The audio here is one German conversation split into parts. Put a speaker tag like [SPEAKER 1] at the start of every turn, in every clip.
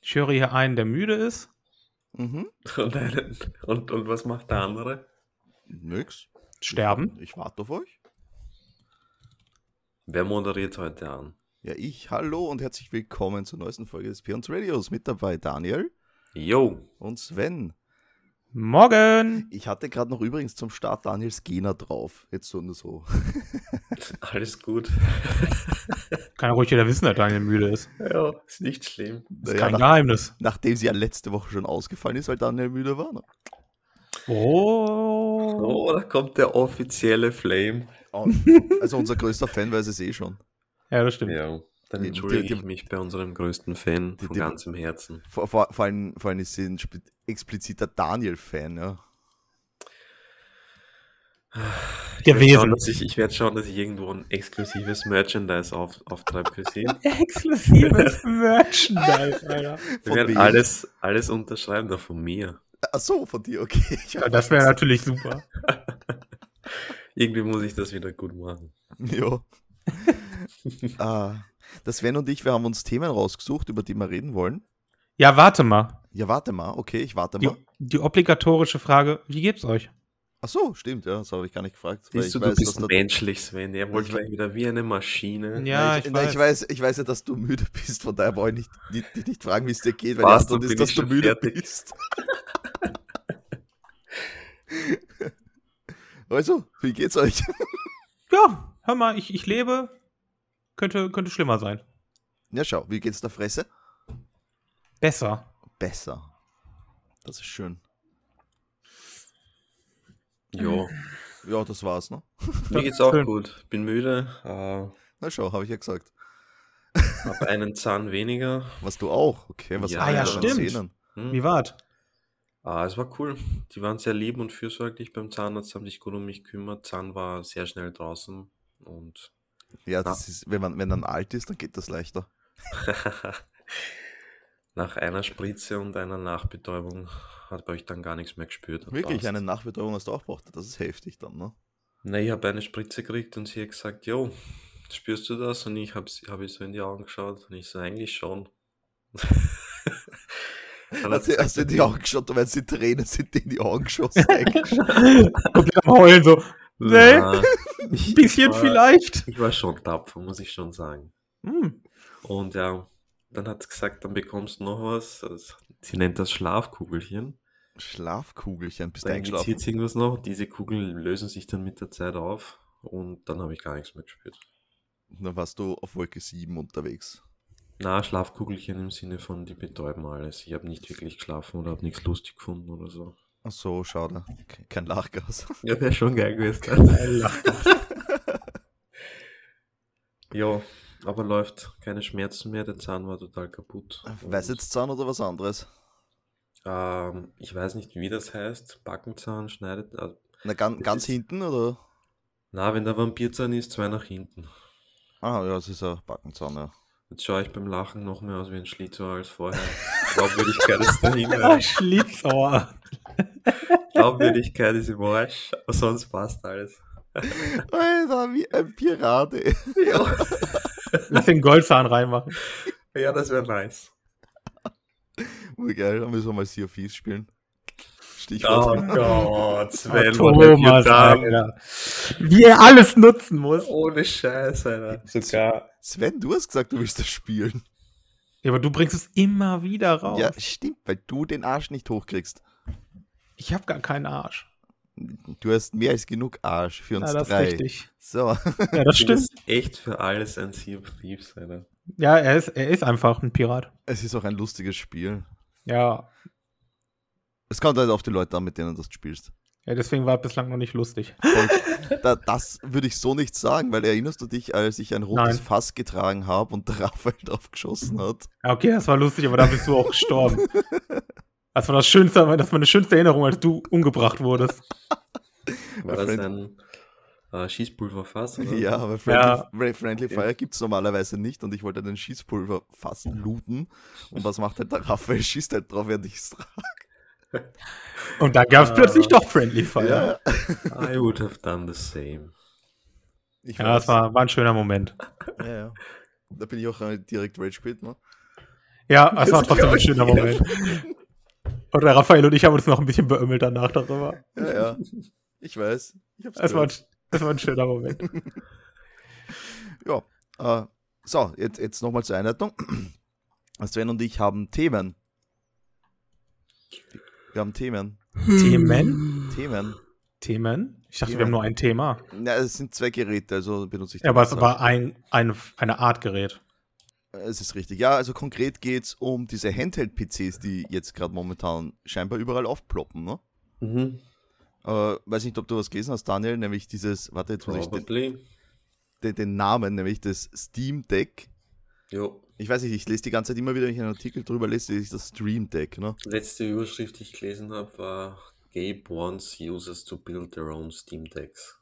[SPEAKER 1] Ich höre hier einen, der müde ist.
[SPEAKER 2] Mhm.
[SPEAKER 3] Und, einen, und, und was macht der andere?
[SPEAKER 2] Nix.
[SPEAKER 1] Sterben.
[SPEAKER 2] Ich warte auf euch.
[SPEAKER 3] Wer moderiert heute an?
[SPEAKER 2] Ja, ich, hallo und herzlich willkommen zur neuesten Folge des Pions Radios. Mit dabei Daniel
[SPEAKER 3] Jo,
[SPEAKER 2] und Sven.
[SPEAKER 1] Morgen.
[SPEAKER 2] Ich hatte gerade noch übrigens zum Start Daniels Gena drauf. Jetzt so nur so.
[SPEAKER 3] alles gut.
[SPEAKER 1] Kann ja ruhig jeder wissen, dass Daniel müde ist.
[SPEAKER 3] Ja, ist nicht schlimm.
[SPEAKER 1] Ist
[SPEAKER 2] Naja,
[SPEAKER 1] kein
[SPEAKER 2] nach,
[SPEAKER 1] Geheimnis.
[SPEAKER 2] nachdem sie ja letzte Woche schon ausgefallen ist, weil Daniel müde war. Ne?
[SPEAKER 1] Oh.
[SPEAKER 3] Oh, da kommt der offizielle Flame.
[SPEAKER 2] Oh, Also unser größter Fan weiß es eh schon.
[SPEAKER 1] Ja, das stimmt.
[SPEAKER 3] Ja, dann
[SPEAKER 2] Die-
[SPEAKER 3] entschuldige
[SPEAKER 2] die-
[SPEAKER 3] ich mich bei unserem größten Fan
[SPEAKER 2] Die-
[SPEAKER 3] von
[SPEAKER 2] die-
[SPEAKER 3] ganzem Herzen.
[SPEAKER 2] Vor, vor, vor, allem, vor allem ist sie ein spe- expliziter Daniel-Fan. Ja.
[SPEAKER 3] Ich werde
[SPEAKER 1] Gewesen.
[SPEAKER 3] schauen, dass ich, ich werde schauen, dass ich irgendwo ein exklusives Merchandise auf, auftreibe, Christine.
[SPEAKER 1] Exklusives Merchandise, Alter.
[SPEAKER 3] Wir
[SPEAKER 2] Von
[SPEAKER 3] werden
[SPEAKER 2] wem?
[SPEAKER 3] alles, alles unterschreiben, da von mir.
[SPEAKER 2] Ach so, von dir, okay. Ich
[SPEAKER 1] Ja, das wäre natürlich super.
[SPEAKER 3] Irgendwie muss ich das wieder gut machen.
[SPEAKER 2] Ja. ah, das Sven und ich, wir haben uns Themen rausgesucht, über die wir reden wollen.
[SPEAKER 1] Ja, warte mal.
[SPEAKER 2] Ja, warte mal, okay, ich warte
[SPEAKER 1] Die,
[SPEAKER 2] mal.
[SPEAKER 1] die obligatorische Frage, wie geht's euch?
[SPEAKER 2] Ach so, stimmt, ja, das habe ich gar nicht gefragt. weil ich
[SPEAKER 3] Siehst du, du
[SPEAKER 2] weiß, dass
[SPEAKER 3] bist
[SPEAKER 2] da-
[SPEAKER 3] menschlich, Sven. Er wollte
[SPEAKER 2] Ich-
[SPEAKER 3] gleich wieder wie eine Maschine.
[SPEAKER 1] Ja,
[SPEAKER 2] Nein,
[SPEAKER 1] ich
[SPEAKER 2] nein,
[SPEAKER 1] weiß.
[SPEAKER 2] ich weiß. Ich weiß ja, dass du müde bist, von daher brauche ich nicht, nicht, nicht, nicht fragen, wie es dir geht, weil die
[SPEAKER 3] Was,
[SPEAKER 2] Antwort
[SPEAKER 3] dann
[SPEAKER 2] ist,
[SPEAKER 3] bin
[SPEAKER 2] dass
[SPEAKER 3] ich
[SPEAKER 2] du
[SPEAKER 3] schon
[SPEAKER 2] müde
[SPEAKER 3] fertig.
[SPEAKER 2] bist. also, wie geht's euch?
[SPEAKER 1] Ja, hör mal, ich, ich lebe. Könnte, könnte schlimmer sein.
[SPEAKER 2] Ja, schau, wie geht's der Fresse?
[SPEAKER 1] Besser.
[SPEAKER 2] Besser. Das ist schön.
[SPEAKER 3] Jo,
[SPEAKER 2] Ja, das war's, ne?
[SPEAKER 3] mir geht's auch
[SPEAKER 1] Schön.
[SPEAKER 3] gut. Bin müde, äh,
[SPEAKER 2] Na schau, habe ich ja gesagt.
[SPEAKER 3] habe einen Zahn weniger.
[SPEAKER 2] Was du auch. Okay, was
[SPEAKER 3] Ja,
[SPEAKER 2] haben
[SPEAKER 3] ah,
[SPEAKER 2] wir
[SPEAKER 3] ja,
[SPEAKER 2] denn an
[SPEAKER 1] stimmt.
[SPEAKER 2] Szenen?
[SPEAKER 3] Hm?
[SPEAKER 1] Wie war's?
[SPEAKER 3] Ah, es war cool. Die waren sehr lieb und fürsorglich beim Zahnarzt, haben sich gut um mich gekümmert. Zahn war sehr schnell draußen und
[SPEAKER 2] Ja, das ist, wenn man, wenn man alt ist, dann geht das leichter.
[SPEAKER 3] nach einer Spritze und einer Nachbetäubung hat bei euch dann gar nichts mehr gespürt. und
[SPEAKER 2] Wirklich,
[SPEAKER 3] passt.
[SPEAKER 2] eine Nachbetreuung hast du auch braucht. Das ist heftig dann, ne?
[SPEAKER 3] Na, ich habe eine Spritze gekriegt und sie hat gesagt, jo, spürst du das? Und ich habe hab ich so in die Augen geschaut und ich so, eigentlich schon. Dann hat
[SPEAKER 2] Hast
[SPEAKER 3] sie
[SPEAKER 2] du, hast du in die Augen geschaut, da werden sie Tränen sind dir in die Augen geschossen. eigentlich.
[SPEAKER 1] Komplett am Heulen so. Nee,
[SPEAKER 3] Na,
[SPEAKER 1] ein bisschen
[SPEAKER 3] war-
[SPEAKER 1] vielleicht.
[SPEAKER 3] ich war schon tapfer, muss ich schon sagen.
[SPEAKER 1] Hm.
[SPEAKER 3] Und ja, dann hat sie gesagt, dann bekommst du noch was. Das- Sie nennt das Schlafkugelchen.
[SPEAKER 2] Schlafkugelchen, bist du
[SPEAKER 3] Da
[SPEAKER 2] eingeschlafen?
[SPEAKER 3] injiziert irgendwas noch. Diese Kugeln lösen sich dann mit der Zeit auf und dann habe ich gar nichts mehr gespürt.
[SPEAKER 2] Dann warst du auf Wolke 7 unterwegs.
[SPEAKER 3] Na, Schlafkugelchen im Sinne von, die betäuben alles. Ich habe nicht wirklich geschlafen oder habe nichts lustig gefunden oder so.
[SPEAKER 2] Ach so, schade. Ke- Kein Lachgas.
[SPEAKER 3] Ja, wäre schon geil gewesen. ja, aber läuft. Keine Schmerzen mehr, der Zahn war total kaputt.
[SPEAKER 2] Äh, Weiß jetzt Zahn oder was anderes?
[SPEAKER 3] Ähm, ich weiß nicht, wie das heißt. Backenzahn schneidet. Also,
[SPEAKER 2] Na, ganz,
[SPEAKER 3] Das
[SPEAKER 2] ganz
[SPEAKER 3] ist-
[SPEAKER 2] hinten oder?
[SPEAKER 3] na, wenn der Vampirzahn ist, zwei nach hinten.
[SPEAKER 2] Ah, ja, es ist ein Backenzahn, ja.
[SPEAKER 3] Jetzt schaue ich beim Lachen noch mehr aus wie ein Schlitzohr als vorher. Glaubwürdigkeit ist
[SPEAKER 1] Ah,
[SPEAKER 3] dahin.
[SPEAKER 1] Schlitzohr.
[SPEAKER 3] Glaubwürdigkeit ist im Arsch. Aber sonst passt alles.
[SPEAKER 2] Alter, wie ein Pirate.
[SPEAKER 3] Ja,
[SPEAKER 1] Lass den Goldzahn reinmachen.
[SPEAKER 3] ja das wäre nice.
[SPEAKER 2] Geil, dann müssen wir mal Sea of Thieves spielen. Stichwort.
[SPEAKER 3] Oh Gott, Sven,
[SPEAKER 1] Oh,
[SPEAKER 3] was hat
[SPEAKER 1] Thomas,
[SPEAKER 3] getan?
[SPEAKER 1] Alter. Wie er alles nutzen muss.
[SPEAKER 3] Ohne Scheiß, Alter. Sogar.
[SPEAKER 2] Sven, du hast gesagt, du willst das spielen.
[SPEAKER 1] Ja, aber du bringst es immer wieder raus.
[SPEAKER 2] Ja, stimmt, weil du den Arsch nicht hochkriegst.
[SPEAKER 1] Ich habe gar keinen Arsch.
[SPEAKER 2] Du hast mehr als genug Arsch für uns
[SPEAKER 1] Ja, das
[SPEAKER 2] drei.
[SPEAKER 1] ist richtig.
[SPEAKER 2] So,
[SPEAKER 1] Ja, das
[SPEAKER 3] Du
[SPEAKER 1] stimmt.
[SPEAKER 3] bist echt für alles ein Sea of Thieves, ne? Alter.
[SPEAKER 1] Ja, er ist, er ist einfach ein Pirat.
[SPEAKER 2] es ist auch ein lustiges Spiel.
[SPEAKER 1] Ja.
[SPEAKER 2] Es kommt halt auf die Leute an, mit denen du das spielst.
[SPEAKER 1] ja, deswegen war es bislang noch nicht lustig.
[SPEAKER 2] Und da, das würde ich so nicht sagen, weil erinnerst du dich, als ich ein rotes
[SPEAKER 1] Nein.
[SPEAKER 2] Fass getragen habe und der Raphael drauf geschossen hat?
[SPEAKER 1] Ja, okay, das war lustig, aber da bist du auch gestorben. Das war das Schönste, das war meine schönste Erinnerung, als du umgebracht wurdest.
[SPEAKER 2] Mein
[SPEAKER 3] War das
[SPEAKER 2] Freund-
[SPEAKER 3] ein äh, Schießpulverfass? Oder?
[SPEAKER 2] Ja, aber
[SPEAKER 1] Ja.
[SPEAKER 2] Friendly, Fri- Friendly
[SPEAKER 3] Okay.
[SPEAKER 2] Fire gibt es normalerweise nicht und ich wollte den Schießpulverfass looten. Und was macht halt der Raphael? Schießt halt drauf, während ich es trage.
[SPEAKER 1] Und dann gab es
[SPEAKER 3] Ah.
[SPEAKER 1] plötzlich doch Friendly Fire. Ja,
[SPEAKER 2] Ja,
[SPEAKER 3] I Ah, would have done the same.
[SPEAKER 2] ich
[SPEAKER 1] das
[SPEAKER 2] weiß.
[SPEAKER 1] war, war ein schöner Moment.
[SPEAKER 2] Ja, ja. Da bin ich auch äh, direkt Rage Quit, ne?
[SPEAKER 1] Ja, es war trotzdem
[SPEAKER 2] glaub
[SPEAKER 1] ein
[SPEAKER 2] ich
[SPEAKER 1] schöner
[SPEAKER 2] dir.
[SPEAKER 1] Moment. Und der Raphael und ich haben uns noch ein bisschen beömmelt danach darüber.
[SPEAKER 2] Ja, ja. Ich weiß. Ich hab's
[SPEAKER 1] Es war, ein,
[SPEAKER 2] gehört.
[SPEAKER 1] es war ein schöner Moment.
[SPEAKER 2] Äh, so, jetzt, jetzt nochmal zur Einleitung. Sven und ich haben Themen. Wir haben Themen.
[SPEAKER 1] Themen?
[SPEAKER 2] Themen.
[SPEAKER 1] Themen? Ich dachte, wir
[SPEAKER 2] Themen.
[SPEAKER 1] haben nur ein Thema.
[SPEAKER 2] Na, es sind zwei Geräte, also benutze ich
[SPEAKER 1] Ja, aber es
[SPEAKER 2] WhatsApp.
[SPEAKER 1] war ein, ein, eine Art Gerät.
[SPEAKER 2] Es ist richtig. Ja, also konkret geht es um diese Handheld-PCs, die jetzt gerade momentan scheinbar überall aufploppen. Ne?
[SPEAKER 3] Mhm.
[SPEAKER 2] Äh, weiß nicht, ob du was gelesen hast, Daniel, nämlich dieses, warte, jetzt muss ich den,
[SPEAKER 3] Probably.
[SPEAKER 2] den, den Namen, nämlich das Steam Deck.
[SPEAKER 3] Jo.
[SPEAKER 2] Ich weiß nicht, ich lese die ganze Zeit immer wieder, wenn ich einen Artikel drüber lese, lese ich das Stream Deck. Ne?
[SPEAKER 3] Letzte Überschrift, die ich gelesen habe, war Gabe wants users to build their own Steam Decks.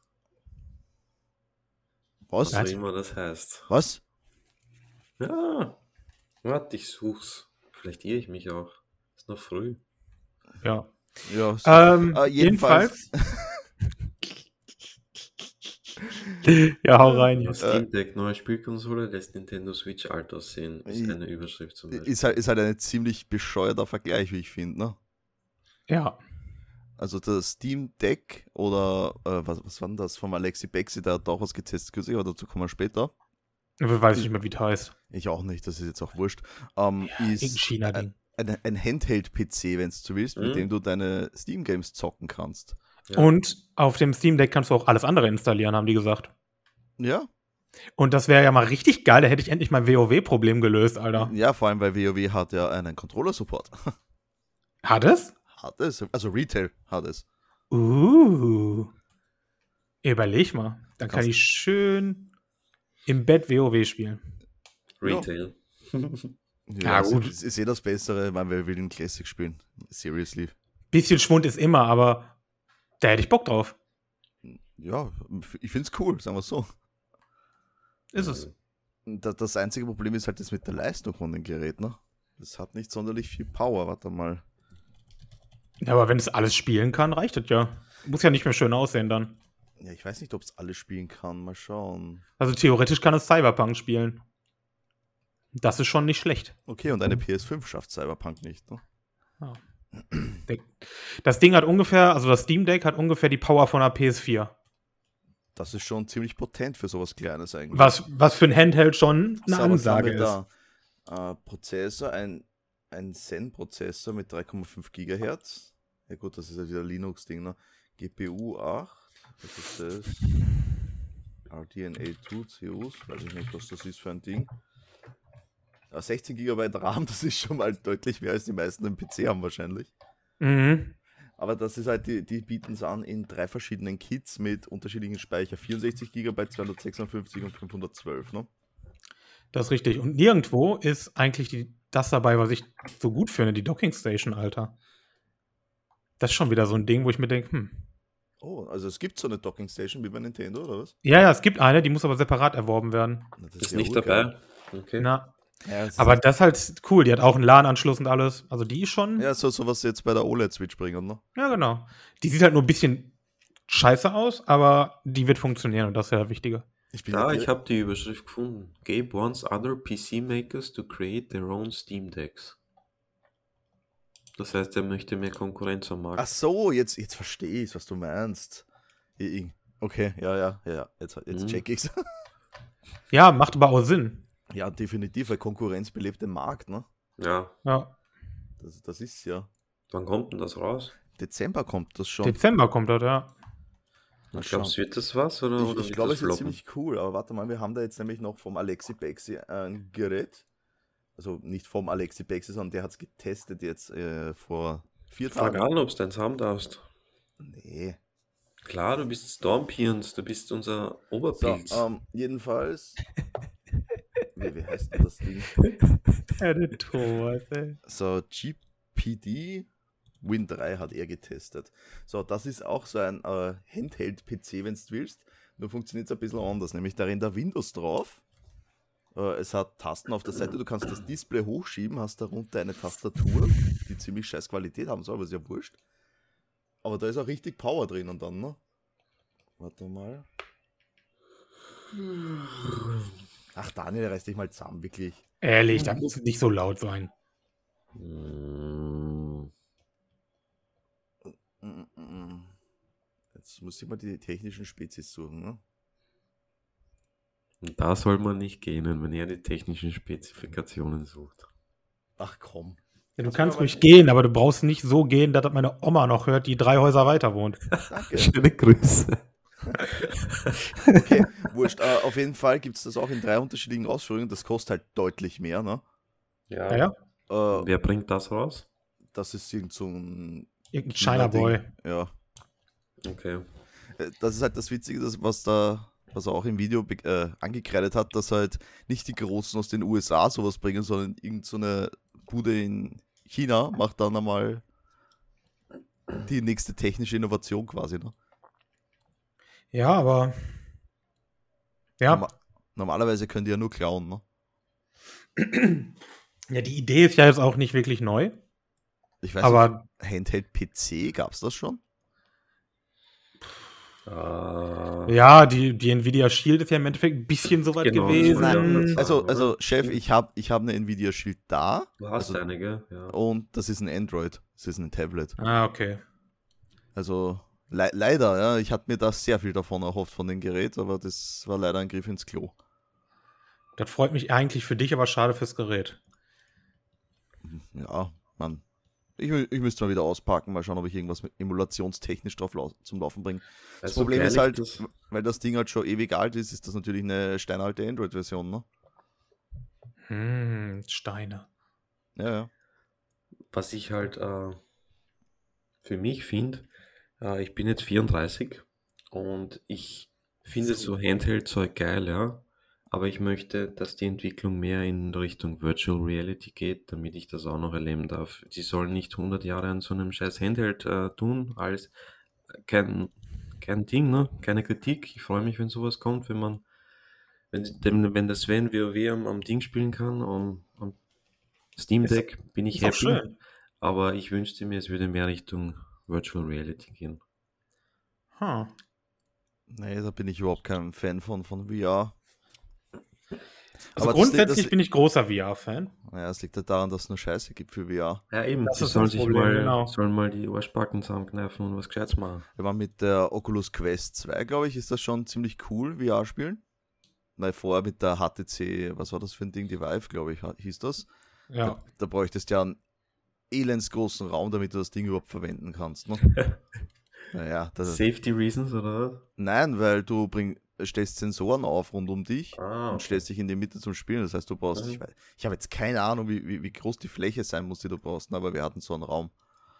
[SPEAKER 2] Was?
[SPEAKER 3] Was auch
[SPEAKER 1] Was?
[SPEAKER 3] immer das heißt.
[SPEAKER 2] Was?
[SPEAKER 3] Ja. Warte, ich such's. Vielleicht irre ich mich auch. Ist noch früh.
[SPEAKER 1] Ja.
[SPEAKER 2] Ja, so.
[SPEAKER 1] Ähm,
[SPEAKER 2] Äh, jedenfalls-
[SPEAKER 1] jedenfalls. ja, hau rein.
[SPEAKER 3] Ja,
[SPEAKER 1] Jetzt.
[SPEAKER 3] Steam Deck, neue Spielkonsole, lässt Nintendo Switch alt aussehen. Ist
[SPEAKER 2] I-
[SPEAKER 3] eine Überschrift zum Beispiel.
[SPEAKER 2] ist, halt, ist halt ein ziemlich bescheuerter Vergleich, wie ich finde. Ne?
[SPEAKER 1] Ja.
[SPEAKER 2] Also das Steam Deck oder äh, was, was war denn das vom Alexi Bexi, der hat auch was getestet kürzlich, aber dazu kommen wir später.
[SPEAKER 1] Aber Weiß nicht mehr, wie das heißt.
[SPEAKER 2] Ich auch nicht, das ist jetzt auch wurscht. Ähm,
[SPEAKER 1] In
[SPEAKER 2] ist
[SPEAKER 1] China ging.
[SPEAKER 2] ein, ein Handheld-PC, wenn du willst, mit
[SPEAKER 3] Mhm.
[SPEAKER 2] dem du deine Steam-Games zocken kannst.
[SPEAKER 3] Ja.
[SPEAKER 1] Und auf dem Steam Deck kannst du auch alles andere installieren, haben die gesagt.
[SPEAKER 2] Ja?
[SPEAKER 1] Und das wäre ja mal richtig geil, da hätte ich endlich mein WoW-Problem gelöst, Alter.
[SPEAKER 2] Ja, vor allem, weil WoW hat ja einen Controller-Support.
[SPEAKER 1] Hat es?
[SPEAKER 2] Hat es. Also Retail hat es.
[SPEAKER 1] Uh. Überleg mal. Dann kann
[SPEAKER 2] Krass.
[SPEAKER 1] ich schön im Bett WoW spielen.
[SPEAKER 3] Retail.
[SPEAKER 1] Ja, gut.
[SPEAKER 2] Ist, ist eh das Bessere, weil wir will den Classic spielen. Seriously.
[SPEAKER 1] Bisschen Schwund ist immer, aber da hätte ich Bock drauf.
[SPEAKER 2] Ja, ich find's cool, sagen wir so.
[SPEAKER 1] Ist es.
[SPEAKER 2] Das, das einzige Problem ist halt das mit der Leistung von dem Gerät, ne? Das hat nicht sonderlich viel Power, warte mal.
[SPEAKER 1] Ja, aber wenn es alles spielen kann, reicht das ja. Muss ja nicht mehr schön aussehen dann.
[SPEAKER 2] Ja, ich weiß nicht, ob es alle spielen kann. Mal schauen.
[SPEAKER 1] Also theoretisch kann es Cyberpunk spielen. Das ist schon nicht schlecht.
[SPEAKER 2] Okay, und eine PS5 schafft Cyberpunk nicht, ne?
[SPEAKER 1] Das Ding hat ungefähr, also das Steam Deck hat ungefähr die Power von einer PS4.
[SPEAKER 2] Das ist schon ziemlich potent für sowas Kleines eigentlich.
[SPEAKER 1] Was, was für ein Handheld schon eine
[SPEAKER 2] So, was haben
[SPEAKER 1] Ansage
[SPEAKER 2] wir
[SPEAKER 1] ist.
[SPEAKER 2] Da? Äh, Prozessor, ein, ein Zen-Prozessor mit 3,5 Gigahertz. Ja gut, das ist ja wieder Linux-Ding, ne? GPU 8, was ist das? RDNA 2 CUs, weiß ich nicht, was das ist für ein Ding. Ja, 16 GB RAM, das ist schon mal deutlich mehr als die meisten im PC haben wahrscheinlich.
[SPEAKER 1] Mhm.
[SPEAKER 2] Aber das ist halt, die, die bieten es an in drei verschiedenen Kits mit unterschiedlichen Speicher. 64 GB, 256 und 512, ne?
[SPEAKER 1] Das ist richtig. Und nirgendwo ist eigentlich die, das dabei, was ich so gut finde, die Docking Station, Alter. Das ist schon wieder so ein Ding, wo ich mir denke, hm.
[SPEAKER 2] Oh, also es gibt so eine Docking Station wie bei Nintendo, oder was?
[SPEAKER 1] Ja, ja, es gibt eine, die muss aber separat erworben werden.
[SPEAKER 2] Na, das
[SPEAKER 3] Ist
[SPEAKER 2] ja
[SPEAKER 3] nicht
[SPEAKER 2] urgeil.
[SPEAKER 3] dabei. Okay.
[SPEAKER 1] Na,
[SPEAKER 2] Ja, das
[SPEAKER 1] aber
[SPEAKER 2] ist,
[SPEAKER 1] das ist halt cool. Die hat auch einen LAN-Anschluss und alles. Also die ist schon.
[SPEAKER 2] ja, so, so was sie jetzt bei der OLED-Switch bringen, ne?
[SPEAKER 1] Ja, genau. Die sieht halt nur ein bisschen scheiße aus, aber die wird funktionieren und das ist ja das Wichtige.
[SPEAKER 2] Ich bin
[SPEAKER 3] Ja,
[SPEAKER 2] ja,
[SPEAKER 3] ich habe die Überschrift gefunden. Gabe wants other PC makers to create their own Steam Decks. Das heißt, er möchte mehr Konkurrenz am Markt.
[SPEAKER 2] Ach so, jetzt, jetzt verstehe ich, was du meinst. I- I- Okay, ja, ja, ja, ja, jetzt, jetzt
[SPEAKER 3] Mhm.
[SPEAKER 2] check ich's.
[SPEAKER 1] Ja, macht aber auch Sinn.
[SPEAKER 2] Ja, definitiv, weil Konkurrenz belebt den Markt, ne?
[SPEAKER 3] Ja.
[SPEAKER 1] Ja.
[SPEAKER 2] Das, das ist ja.
[SPEAKER 3] Wann kommt denn das raus?
[SPEAKER 2] Dezember kommt das schon.
[SPEAKER 1] Dezember kommt das, ja.
[SPEAKER 2] Mal
[SPEAKER 3] Ich
[SPEAKER 2] schauen.
[SPEAKER 3] glaube, wird das was oder,
[SPEAKER 2] Ich,
[SPEAKER 3] oder
[SPEAKER 2] ich
[SPEAKER 3] wird
[SPEAKER 2] glaube,
[SPEAKER 3] das
[SPEAKER 2] es ist
[SPEAKER 3] floppen?
[SPEAKER 2] ziemlich cool, aber warte mal, wir haben da jetzt nämlich noch vom Alexi Bexi äh, ein Gerät. Also nicht vom Alexi Bexi, sondern der hat es getestet jetzt äh, vor vier
[SPEAKER 3] Frag
[SPEAKER 2] Tagen.
[SPEAKER 3] an, ob du deins haben darfst.
[SPEAKER 2] Nee.
[SPEAKER 3] Klar, du bist Stormpions, du bist unser
[SPEAKER 2] So,
[SPEAKER 3] Oberpilz.
[SPEAKER 2] ähm, jedenfalls. wie, wie heißt denn das Ding?
[SPEAKER 1] Ja, der Thomas, ey.
[SPEAKER 2] So, GPD Win 3 hat er getestet. So, das ist auch so ein äh, Handheld-PC, wenn du willst. Nur funktioniert es ein bisschen anders, nämlich da rennt da Windows drauf. Äh, es hat Tasten auf der Seite, du kannst das Display hochschieben, hast darunter eine Tastatur, die ziemlich scheiß Qualität haben soll, aber ist ja wurscht. Aber da ist auch richtig Power drinnen dann, ne? Warte mal. Ach, Daniel, reiß dich mal zusammen, wirklich.
[SPEAKER 1] Ehrlich, da muss es nicht so laut sein.
[SPEAKER 3] Mm,
[SPEAKER 2] Mm, mm, mm. Jetzt muss ich mal die technischen Spezies suchen, ne?
[SPEAKER 3] Da soll man nicht gähnen, wenn er die technischen Spezifikationen sucht.
[SPEAKER 2] Ach komm.
[SPEAKER 1] Ja, du
[SPEAKER 2] Das
[SPEAKER 1] kannst
[SPEAKER 2] war aber-
[SPEAKER 1] ruhig gehen, aber du brauchst nicht so gehen, dass das meine Oma noch hört, die drei Häuser weiter wohnt.
[SPEAKER 2] Danke.
[SPEAKER 3] Schöne Grüße.
[SPEAKER 2] Okay, wurscht. Äh, auf jeden Fall gibt es das auch in drei unterschiedlichen Ausführungen. Das kostet halt deutlich mehr, ne?
[SPEAKER 1] Ja, ja.
[SPEAKER 2] Äh,
[SPEAKER 3] Wer bringt das raus?
[SPEAKER 2] das ist irgend so ein.
[SPEAKER 1] Irgendein China Boy.
[SPEAKER 2] China-Ding. Ja.
[SPEAKER 3] Okay.
[SPEAKER 2] Äh, Das ist halt das Witzige, das, was da, was er auch im Video be- äh, angekreidet hat, dass halt nicht die Großen aus den USA sowas bringen, sondern irgend so eine Bude in China macht dann einmal die nächste technische Innovation quasi, ne?
[SPEAKER 1] Ja, aber. Ja.
[SPEAKER 2] Norma- Normalerweise könnt ihr ja nur klauen, ne?
[SPEAKER 1] ja, die Idee ist ja jetzt auch nicht wirklich neu,
[SPEAKER 2] Ich weiß
[SPEAKER 1] aber
[SPEAKER 2] nicht, Handheld-PC, gab's das schon?
[SPEAKER 3] Ah,
[SPEAKER 1] ja, die, die Nvidia Shield ist ja im Endeffekt ein bisschen so weit
[SPEAKER 3] Genau, das
[SPEAKER 1] gewesen.
[SPEAKER 3] wollte ich auch gerade sagen.
[SPEAKER 2] Also,
[SPEAKER 3] oder?
[SPEAKER 2] also Chef, ich habe ich hab eine Nvidia Shield da
[SPEAKER 3] du hast
[SPEAKER 2] also-
[SPEAKER 3] einige, ja.
[SPEAKER 2] und das ist ein Android. Das ist ein Tablet.
[SPEAKER 1] ah, okay.
[SPEAKER 2] Also le leider, ja. Ich hatte mir da sehr viel davon erhofft von dem Gerät, aber das war leider ein Griff ins Klo.
[SPEAKER 1] Das freut mich eigentlich für dich, aber schade fürs Gerät.
[SPEAKER 2] Ja, Mann. Ich, mü- ich müsste mal wieder auspacken, mal schauen, ob ich irgendwas mit emulationstechnisch drauf lau zum Laufen bringe. Das
[SPEAKER 3] Also
[SPEAKER 2] Problem ist
[SPEAKER 3] gleich
[SPEAKER 2] halt,
[SPEAKER 3] das-
[SPEAKER 2] weil das Ding halt schon ewig alt ist, ist das natürlich eine steinalte Android-Version, ne?
[SPEAKER 1] Hm, Steine.
[SPEAKER 2] Ja, ja.
[SPEAKER 3] was ich halt äh, für mich finde, äh, ich bin jetzt 34 und ich finde so Handheld-Zeug geil, ja. Aber ich möchte, dass die Entwicklung mehr in Richtung Virtual Reality geht, damit ich das auch noch erleben darf. Sie sollen nicht 100 Jahre an so einem scheiß Handheld äh, tun, alles äh, kein, kein Ding, ne? Keine Kritik. Ich freue mich, wenn sowas kommt, wenn man, wenn, dem- wenn der Sven WoW am, am Ding spielen kann, am, am Steam
[SPEAKER 1] Ist-
[SPEAKER 3] Deck, bin ich
[SPEAKER 1] Ist auch
[SPEAKER 3] happy.
[SPEAKER 1] schön.
[SPEAKER 3] Aber ich wünschte mir, es würde mehr Richtung Virtual Reality gehen.
[SPEAKER 1] Hm.
[SPEAKER 2] Nee, da bin ich überhaupt kein Fan von, von VR.
[SPEAKER 1] Also
[SPEAKER 2] Aber das-
[SPEAKER 1] grundsätzlich
[SPEAKER 2] das-
[SPEAKER 1] bin ich großer VR-Fan.
[SPEAKER 2] Naja, es liegt ja daran, dass es nur Scheiße gibt für VR.
[SPEAKER 3] Ja, eben.
[SPEAKER 1] Das
[SPEAKER 3] Sie
[SPEAKER 1] ist
[SPEAKER 3] sollen
[SPEAKER 1] das
[SPEAKER 3] sich
[SPEAKER 1] Problem,
[SPEAKER 3] mal,
[SPEAKER 1] genau.
[SPEAKER 3] sollen mal die Ohrspacken zusammenkneifen und was Gescheites machen.
[SPEAKER 2] Wenn man mit der Oculus Quest 2, glaube ich, ist das schon ziemlich cool, VR-Spielen. Nein, vorher mit der HTC, was war das für ein Ding? Die Vive, glaube ich, ha- hieß das.
[SPEAKER 1] Ja.
[SPEAKER 2] Da, da bräuchtest du ja einen elendsgroßen Raum, damit du das Ding überhaupt verwenden kannst. Ne? naja, das
[SPEAKER 3] Safety Reasons oder
[SPEAKER 2] Nein, weil du bring, stellst Sensoren auf rund um dich
[SPEAKER 3] was? Ah,
[SPEAKER 2] und stellst dich in die Mitte zum Spielen. Das heißt, du brauchst,
[SPEAKER 3] Mhm.
[SPEAKER 2] ich, weiß- ich habe jetzt keine Ahnung, wie, wie, wie groß die Fläche sein muss, die du brauchst, ne, aber wir hatten so einen Raum.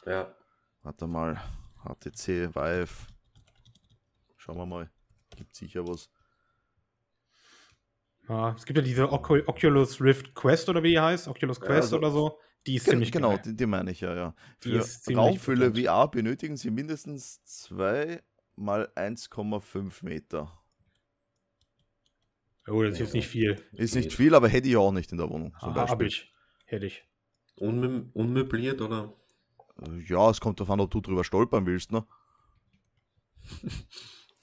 [SPEAKER 3] ja.
[SPEAKER 2] Warte mal. HTC Vive. Schauen wir mal. Gibt sicher was.
[SPEAKER 1] ja. Es gibt ja diese Ocu- Oculus Rift Quest oder wie die heißt. Oculus
[SPEAKER 3] Ja,
[SPEAKER 1] Quest
[SPEAKER 2] also-
[SPEAKER 1] oder so. Die ist
[SPEAKER 2] Gen-
[SPEAKER 1] ziemlich
[SPEAKER 2] genau,
[SPEAKER 1] geil.
[SPEAKER 2] die, die meine ich ja, ja.
[SPEAKER 1] Die
[SPEAKER 2] Für
[SPEAKER 1] ist ziemlich
[SPEAKER 2] Raumfülle
[SPEAKER 1] bekannt.
[SPEAKER 2] VR benötigen sie mindestens 2 mal 1,5 Meter.
[SPEAKER 1] Oh, das ist jetzt nicht viel.
[SPEAKER 2] Ist
[SPEAKER 3] Geht.
[SPEAKER 2] nicht viel, aber hätte ich auch nicht in der Wohnung. Zum
[SPEAKER 1] Ah, hab
[SPEAKER 2] Beispiel.
[SPEAKER 1] ich. Hätte ich.
[SPEAKER 3] Unmö unmöbliert oder?
[SPEAKER 2] Äh, Ja, es kommt darauf an, ob du drüber stolpern willst, ne?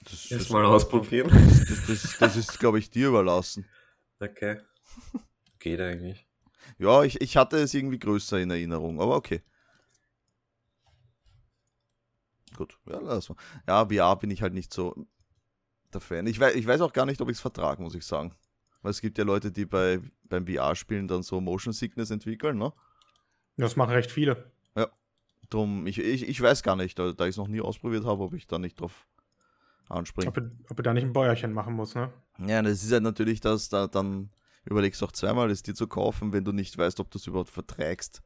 [SPEAKER 2] Das, ist,
[SPEAKER 3] Erstmal ausprobieren.
[SPEAKER 2] das, das, das ist, glaube ich, dir überlassen.
[SPEAKER 3] Okay. Geht eigentlich.
[SPEAKER 2] Ja, ich, ich hatte es irgendwie größer in Erinnerung, aber okay. Gut, ja, lass mal. Ja, VR bin ich halt nicht so der Fan. Ich weiß, ich weiß auch gar nicht, ob ich es vertrage, muss ich sagen. Weil es gibt ja Leute, die bei, beim VR-Spielen dann so Motion Sickness entwickeln, ne?
[SPEAKER 1] Das machen recht viele.
[SPEAKER 2] Drum, ich, ich, ich weiß gar nicht, da, da ich es noch nie ausprobiert habe, ob ich da nicht drauf anspringe.
[SPEAKER 1] Ob du, ob du da nicht ein Bäuerchen machen musst, ne?
[SPEAKER 2] Ja, das ist halt natürlich, dass da dann überlegst du auch zweimal, es dir zu kaufen, wenn du nicht weißt, ob du es überhaupt verträgst.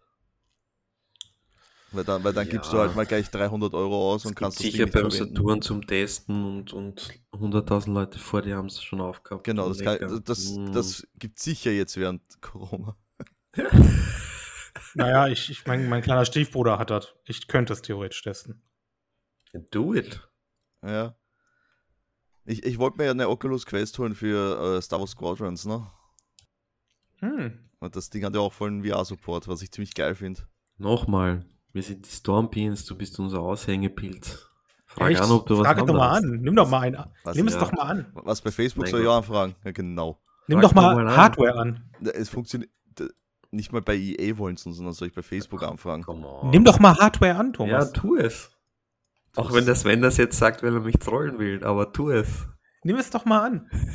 [SPEAKER 2] Weil dann, weil dann gibst du
[SPEAKER 3] Ja.
[SPEAKER 2] halt mal gleich 300 Euro aus und
[SPEAKER 3] Es gibt
[SPEAKER 2] kannst das Ding
[SPEAKER 3] sicher
[SPEAKER 2] nicht
[SPEAKER 3] beim
[SPEAKER 2] verwenden.
[SPEAKER 3] Saturn zum Testen und, und 100.000 Leute vor dir haben es schon aufgehabt.
[SPEAKER 2] Genau, das, kann,
[SPEAKER 3] Lecker.
[SPEAKER 2] das,
[SPEAKER 3] Mm.
[SPEAKER 2] das gibt sicher jetzt während Corona.
[SPEAKER 1] Naja, ich, ich mein, mein kleiner Stiefbruder hat das. Ich könnte es theoretisch testen.
[SPEAKER 3] Do it.
[SPEAKER 2] Ja. Ich, ich wollte mir ja eine Oculus Quest holen für äh, Star Wars Squadrons, ne?
[SPEAKER 1] Hm.
[SPEAKER 2] Und das Ding hat ja auch vollen VR-Support, was ich ziemlich geil finde.
[SPEAKER 3] Nochmal, wir sind die Stormbeans, du bist unser Aushängepilz. Frag
[SPEAKER 1] Echt?
[SPEAKER 3] an, ob du was
[SPEAKER 1] Frag es doch mal
[SPEAKER 3] anderes-
[SPEAKER 1] an. Nimm doch mal einen. an.
[SPEAKER 2] Was-
[SPEAKER 1] Nimm es
[SPEAKER 3] ja.
[SPEAKER 1] doch mal an.
[SPEAKER 2] Was bei Facebook
[SPEAKER 3] Mein
[SPEAKER 2] soll ich
[SPEAKER 3] Gott.
[SPEAKER 2] auch anfragen? Ja, genau.
[SPEAKER 1] Nimm
[SPEAKER 3] Frag
[SPEAKER 1] doch mal,
[SPEAKER 3] doch mal an.
[SPEAKER 1] Hardware an.
[SPEAKER 2] Da- Es funktioniert da- nicht mal bei EA wollen sie, sondern soll ich bei Facebook anfragen.
[SPEAKER 3] Come on.
[SPEAKER 1] Nimm doch mal Hardware an,
[SPEAKER 3] Oh. Ja,
[SPEAKER 1] Thomas.
[SPEAKER 3] tu es. Auch wenn der Sven das jetzt sagt, weil er mich trollen will, aber tu es.
[SPEAKER 1] Nimm es doch mal an.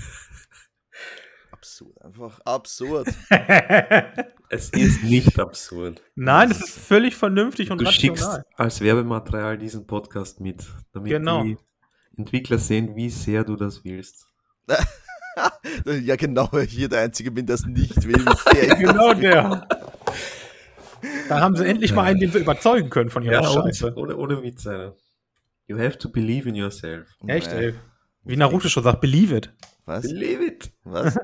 [SPEAKER 2] Absurd, einfach absurd.
[SPEAKER 3] Es ist nicht absurd.
[SPEAKER 1] Nein, es ist völlig vernünftig und
[SPEAKER 3] Du schickst
[SPEAKER 1] rational.
[SPEAKER 3] als Werbematerial diesen Podcast mit, damit
[SPEAKER 1] Genau.
[SPEAKER 3] die Entwickler sehen, wie sehr du das willst.
[SPEAKER 2] ja, genau, weil ich hier der Einzige bin, der es nicht will. wie sehr ich-
[SPEAKER 1] Genau der. Da haben sie endlich mal einen, den sie überzeugen können von ihrer
[SPEAKER 3] ohne,
[SPEAKER 1] Scheiße.
[SPEAKER 3] ohne, ohne Witz. Alter. You have to believe in yourself.
[SPEAKER 1] Echt,
[SPEAKER 2] Nein.
[SPEAKER 1] ey. Wie Naruto schon sagt, believe it.
[SPEAKER 2] Was?
[SPEAKER 3] Believe it.
[SPEAKER 2] Was?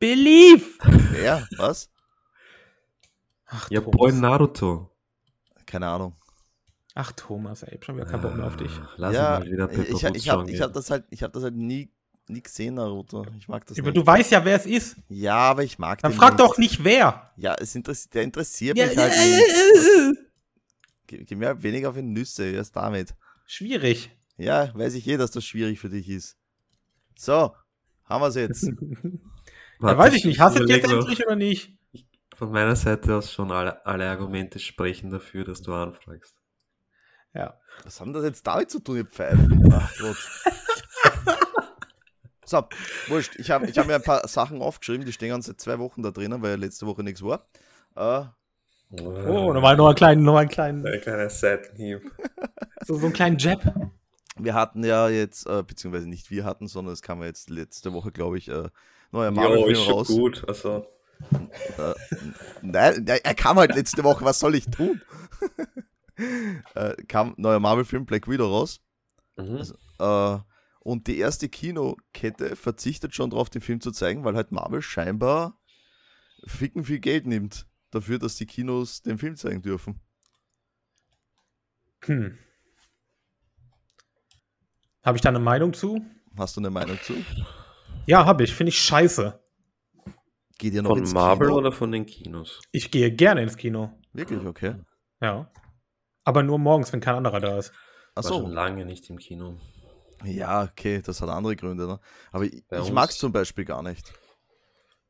[SPEAKER 1] Believe!
[SPEAKER 2] Wer? Was?
[SPEAKER 3] Ja, boy Naruto.
[SPEAKER 2] Keine Ahnung.
[SPEAKER 1] Ach, Thomas, ey, ich hab schon wieder keinen Bock mehr auf dich.
[SPEAKER 3] Ah, Lass
[SPEAKER 2] ja,
[SPEAKER 3] ihn mal wieder
[SPEAKER 2] ich,
[SPEAKER 3] Pepper
[SPEAKER 2] ich habe
[SPEAKER 3] Woods
[SPEAKER 2] ich hab das halt, ich hab das halt nie, nie gesehen, Naruto. Ich mag das
[SPEAKER 1] Aber
[SPEAKER 2] nicht.
[SPEAKER 1] du weißt ja, wer es ist.
[SPEAKER 2] Ja, aber ich mag
[SPEAKER 1] Dann
[SPEAKER 2] den
[SPEAKER 1] frag
[SPEAKER 2] nicht.
[SPEAKER 1] doch nicht wer.
[SPEAKER 2] Ja, es interessiert, der interessiert
[SPEAKER 1] Ja, äh,
[SPEAKER 2] mich
[SPEAKER 1] ja,
[SPEAKER 2] halt nicht.
[SPEAKER 1] äh.
[SPEAKER 2] Geh, geh mir halt weniger auf die Nüsse, erst damit.
[SPEAKER 1] Schwierig.
[SPEAKER 2] Ja, weiß ich eh, dass das schwierig für dich ist. So, haben wir es jetzt.
[SPEAKER 1] Da
[SPEAKER 3] Warte,
[SPEAKER 1] weiß ich nicht, hast du es
[SPEAKER 3] überleg
[SPEAKER 1] jetzt
[SPEAKER 3] noch.
[SPEAKER 1] endlich oder nicht?
[SPEAKER 3] Von meiner Seite aus schon alle, alle Argumente sprechen dafür, dass du anfragst.
[SPEAKER 1] Ja.
[SPEAKER 2] Was haben das jetzt damit zu tun, ihr Pfeifen? Ach Gott. So, wurscht. Ich habe ich hab mir ein paar Sachen aufgeschrieben, die stehen ganze zwei Wochen da drinnen, weil letzte Woche nichts war. Äh,
[SPEAKER 1] Oh, nochmal noch einen kleinen, noch einen kleinen,
[SPEAKER 3] Ein kleiner Seitenhieb.
[SPEAKER 1] so, so einen kleinen Jab.
[SPEAKER 2] wir hatten ja jetzt, äh, beziehungsweise nicht wir hatten, sondern es kam ja jetzt letzte Woche, glaube ich, äh, neuer
[SPEAKER 3] Jo, ist
[SPEAKER 2] Marvel-Film
[SPEAKER 3] schon
[SPEAKER 2] raus.
[SPEAKER 3] gut. Also,
[SPEAKER 2] Äh, n- nein, nein, er kam halt letzte Woche, was soll ich tun? äh, kam neuer Marvel-Film Black Widow raus.
[SPEAKER 3] mhm.
[SPEAKER 2] Also- Äh, und die erste Kinokette verzichtet schon darauf, den Film zu zeigen, weil halt Marvel scheinbar ficken viel Geld nimmt dafür, dass die Kinos den Film zeigen dürfen.
[SPEAKER 1] Hm. Habe ich da eine Meinung zu?
[SPEAKER 2] Hast du eine Meinung zu?
[SPEAKER 1] Ja, habe ich. Finde ich scheiße.
[SPEAKER 2] Geht ihr noch
[SPEAKER 3] von
[SPEAKER 2] ins
[SPEAKER 3] Marvel
[SPEAKER 2] Kino?
[SPEAKER 3] oder von den Kinos?
[SPEAKER 1] Ich gehe gerne ins Kino.
[SPEAKER 2] Wirklich, okay.
[SPEAKER 1] Ja. Aber nur morgens, wenn kein anderer da ist.
[SPEAKER 2] Ach
[SPEAKER 3] War schon
[SPEAKER 2] so.
[SPEAKER 3] lange nicht im Kino.
[SPEAKER 2] Ja, okay, das hat andere Gründe. Ne? Aber ich,
[SPEAKER 3] Bei
[SPEAKER 2] ich
[SPEAKER 3] uns-
[SPEAKER 2] mag es zum Beispiel gar nicht.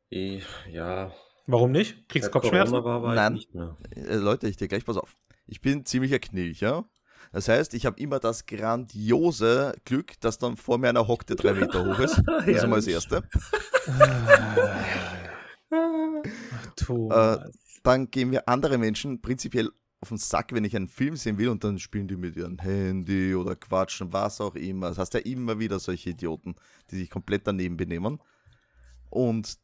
[SPEAKER 3] Ich, Eh, ja,
[SPEAKER 1] Warum nicht? Kriegst
[SPEAKER 3] seit
[SPEAKER 1] Kopfschmerzen?
[SPEAKER 3] Corona war, war
[SPEAKER 2] Nein.
[SPEAKER 3] ich nicht mehr.
[SPEAKER 2] Äh, Leute, ich dir gleich, pass auf. Ich bin ziemlicher Knilch, ja? Das heißt, ich habe immer das grandiose Glück, dass dann vor mir einer hockt, der drei Meter hoch ist. Das ist einmal das Erste.
[SPEAKER 1] Thomas.
[SPEAKER 2] dann gehen wir andere Menschen prinzipiell auf den Sack, wenn ich einen Film sehen will und dann spielen die mit ihrem Handy oder quatschen, was auch immer. Das hast ja immer wieder solche Idioten, die sich komplett daneben benehmen. Und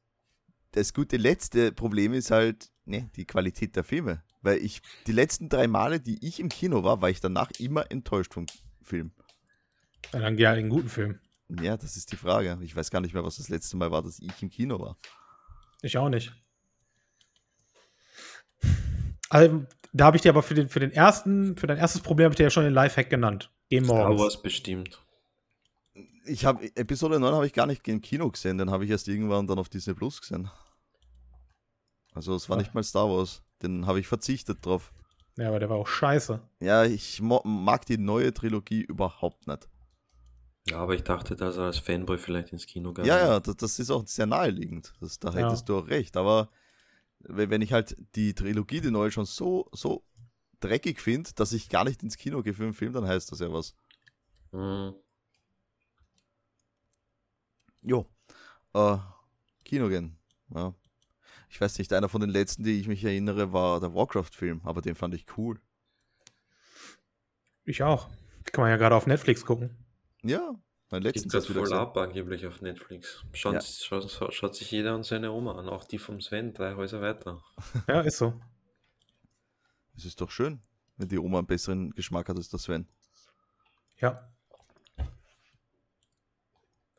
[SPEAKER 2] das gute letzte Problem ist halt ne, die Qualität der Filme. Weil ich, die letzten drei Male, die ich im Kino war, war ich danach immer enttäuscht vom Film.
[SPEAKER 1] Ja, dann geh halt in einen guten Film.
[SPEAKER 2] Ja, das ist die Frage. Ich weiß gar nicht mehr, was das letzte Mal war, dass ich im Kino war.
[SPEAKER 1] Ich auch nicht. Also, da habe ich dir aber für den, für den ersten, für dein erstes Problem habe ich dir ja schon den Lifehack genannt. Geh
[SPEAKER 3] Star
[SPEAKER 1] morgens.
[SPEAKER 3] Wars bestimmt.
[SPEAKER 2] Ich habe Episode 9 habe ich gar nicht im Kino gesehen, den habe ich erst irgendwann dann auf Disney Plus gesehen. Also es war
[SPEAKER 1] Ah.
[SPEAKER 2] nicht mal Star Wars, den habe ich verzichtet drauf.
[SPEAKER 1] Ja, aber der war auch scheiße.
[SPEAKER 2] Ja, ich mo mag die neue Trilogie überhaupt nicht.
[SPEAKER 3] Ja, aber ich dachte, dass er als Fanboy vielleicht ins Kino
[SPEAKER 2] Ja,
[SPEAKER 3] gegangen
[SPEAKER 2] ja, das, das ist auch sehr naheliegend. Das, da
[SPEAKER 1] Ja.
[SPEAKER 2] hättest du auch recht. Aber we- wenn ich halt die Trilogie, die neue, schon so, so dreckig finde, dass ich gar nicht ins Kino gehe für den Film, dann heißt das ja was.
[SPEAKER 3] Mhm.
[SPEAKER 2] Jo. Äh, Kino gehen. Ja. Ich weiß nicht, einer von den letzten, die ich mich erinnere, war der Warcraft-Film, aber den fand ich cool.
[SPEAKER 1] Ich auch. Kann man ja gerade auf Netflix gucken.
[SPEAKER 2] Ja, mein
[SPEAKER 3] Gibt
[SPEAKER 2] letzten
[SPEAKER 3] das
[SPEAKER 2] erst wieder
[SPEAKER 3] voll
[SPEAKER 2] gesehen.
[SPEAKER 3] ab, angeblich auf Netflix. Schaut,
[SPEAKER 2] Ja.
[SPEAKER 3] schaut, schaut, schaut sich jeder und seine Oma an, auch die vom Sven, drei Häuser weiter.
[SPEAKER 1] Ja, ist so.
[SPEAKER 2] Es ist doch schön, wenn die Oma einen besseren Geschmack hat als der Sven.
[SPEAKER 1] Ja.